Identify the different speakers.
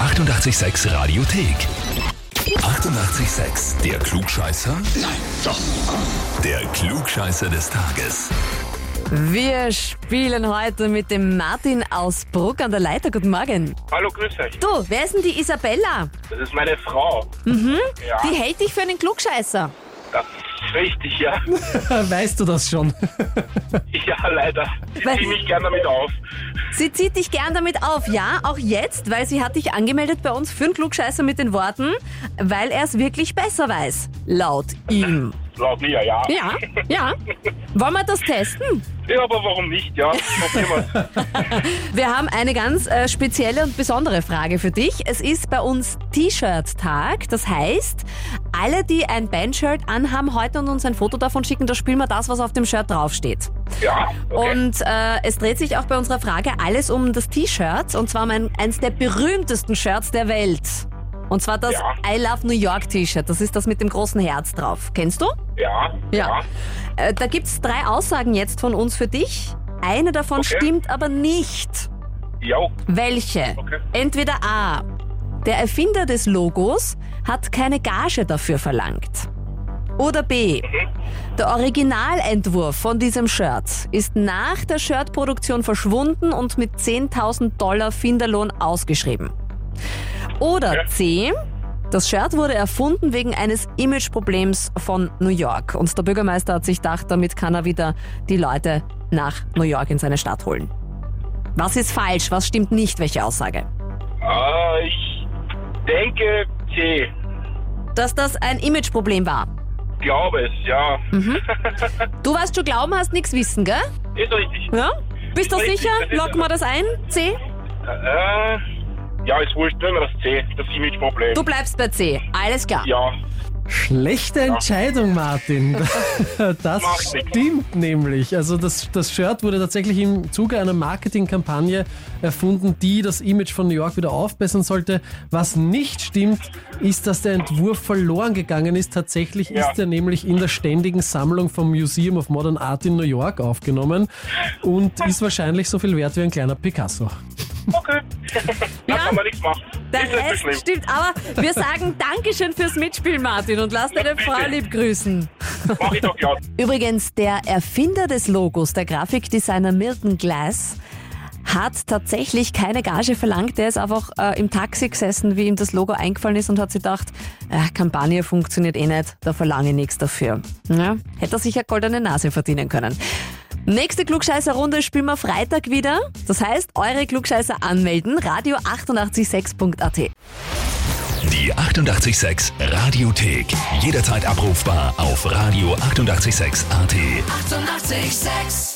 Speaker 1: 886 Radiothek. 88,6. Der Klugscheißer? Nein, doch. Der Klugscheißer des Tages.
Speaker 2: Wir spielen heute mit dem Martin aus Bruck an der Leiter. Guten Morgen.
Speaker 3: Hallo, grüß euch.
Speaker 2: Du, wer ist denn die Isabella?
Speaker 3: Das ist meine Frau. Ja,
Speaker 2: Die hält dich für einen Klugscheißer.
Speaker 3: das ist richtig, ja.
Speaker 4: Weißt du das schon?
Speaker 3: Ja, leider. Ich
Speaker 2: Was?
Speaker 3: ziehe mich gerne damit auf.
Speaker 2: Sie zieht dich gern damit auf, ja, auch jetzt, weil sie hat dich angemeldet bei uns für einen Klugscheißer mit den Worten, weil er es wirklich besser weiß. Laut ihm.
Speaker 3: Laut mir, ja.
Speaker 2: Ja, ja. Wollen wir das testen?
Speaker 3: Ja, aber warum nicht, ja? Probieren wir's.
Speaker 2: Wir haben eine ganz äh, spezielle und besondere Frage für dich. Es ist bei uns T-Shirt-Tag. Das heißt, alle, die ein Bandshirt anhaben heute und uns ein Foto davon schicken, da spielen wir das, was auf dem Shirt draufsteht.
Speaker 3: Ja, okay.
Speaker 2: Und äh, es dreht sich auch bei unserer Frage alles um das T-Shirt und zwar um ein, eins der berühmtesten Shirts der Welt. Und zwar das
Speaker 3: Ja.
Speaker 2: I Love New York T-Shirt. Das ist das mit dem großen Herz drauf. Kennst du?
Speaker 3: ja, ja.
Speaker 2: Äh, da gibt's drei Aussagen jetzt von uns für dich. Eine davon
Speaker 3: Okay.
Speaker 2: stimmt aber nicht.
Speaker 3: Jo,
Speaker 2: Welche?
Speaker 3: Okay.
Speaker 2: Entweder A. Der Erfinder des Logos hat keine Gage dafür verlangt. Oder B. Der Originalentwurf von diesem Shirt ist nach der Shirtproduktion verschwunden und mit 10.000 Dollar Finderlohn ausgeschrieben. Oder
Speaker 3: Okay.
Speaker 2: C. Das Shirt wurde erfunden wegen eines Imageproblems von New York. Und der Bürgermeister hat sich gedacht, damit kann er wieder die Leute nach New York in seine Stadt holen. Was ist falsch? Was stimmt nicht? Welche Aussage?
Speaker 3: Äh, ich denke C.
Speaker 2: Dass das ein Imageproblem war.
Speaker 3: Glaube es, ja.
Speaker 2: Mhm. Du weißt schon glauben, hast nichts wissen, gell?
Speaker 3: Ist richtig.
Speaker 2: Ja? Bist du
Speaker 3: Richtig,
Speaker 2: sicher?
Speaker 3: das ist
Speaker 2: Locken wir das ein? C?
Speaker 3: Äh, ja, ist wurscht, nehmen wir das C. Das Image-Problem.
Speaker 2: Du bleibst bei C. Alles klar.
Speaker 3: Ja,
Speaker 4: Schlechte Entscheidung, Martin. Das
Speaker 3: Macht nix.
Speaker 4: stimmt nämlich. Also das, das Shirt wurde tatsächlich im Zuge einer Marketingkampagne erfunden, die das Image von New York wieder aufbessern sollte. Was nicht stimmt, ist, dass der Entwurf verloren gegangen ist. Tatsächlich
Speaker 3: Ja.
Speaker 4: ist er nämlich in der ständigen Sammlung vom Museum of Modern Art in New York aufgenommen und ist wahrscheinlich so viel wert wie ein kleiner Picasso.
Speaker 3: okay. da
Speaker 2: Ja.
Speaker 3: kann man nichts machen.
Speaker 2: Der
Speaker 3: ist nicht so
Speaker 2: Rest
Speaker 3: schlimm.
Speaker 2: stimmt, aber wir sagen Dankeschön fürs Mitspielen, Martin, und lass deine
Speaker 3: bitte.
Speaker 2: Frau lieb grüßen.
Speaker 3: Mach ich doch ja.
Speaker 2: Übrigens, der Erfinder des Logos, der Grafikdesigner Milton Glass, hat tatsächlich keine Gage verlangt. Der ist einfach äh, im Taxi gesessen, wie ihm das Logo eingefallen ist und hat sich gedacht, äh, Kampagne funktioniert eh nicht, da verlange ich nichts dafür. Ja, hätte er sich eine goldene Nase verdienen können. Nächste Klugscheißer-Runde spielen wir Freitag wieder. Das heißt, eure Klugscheißer anmelden, radio886.at.
Speaker 1: Die 88,6 Radiothek. Jederzeit abrufbar auf radio886.at. 88,6.
Speaker 5: Eighty-eight, sex.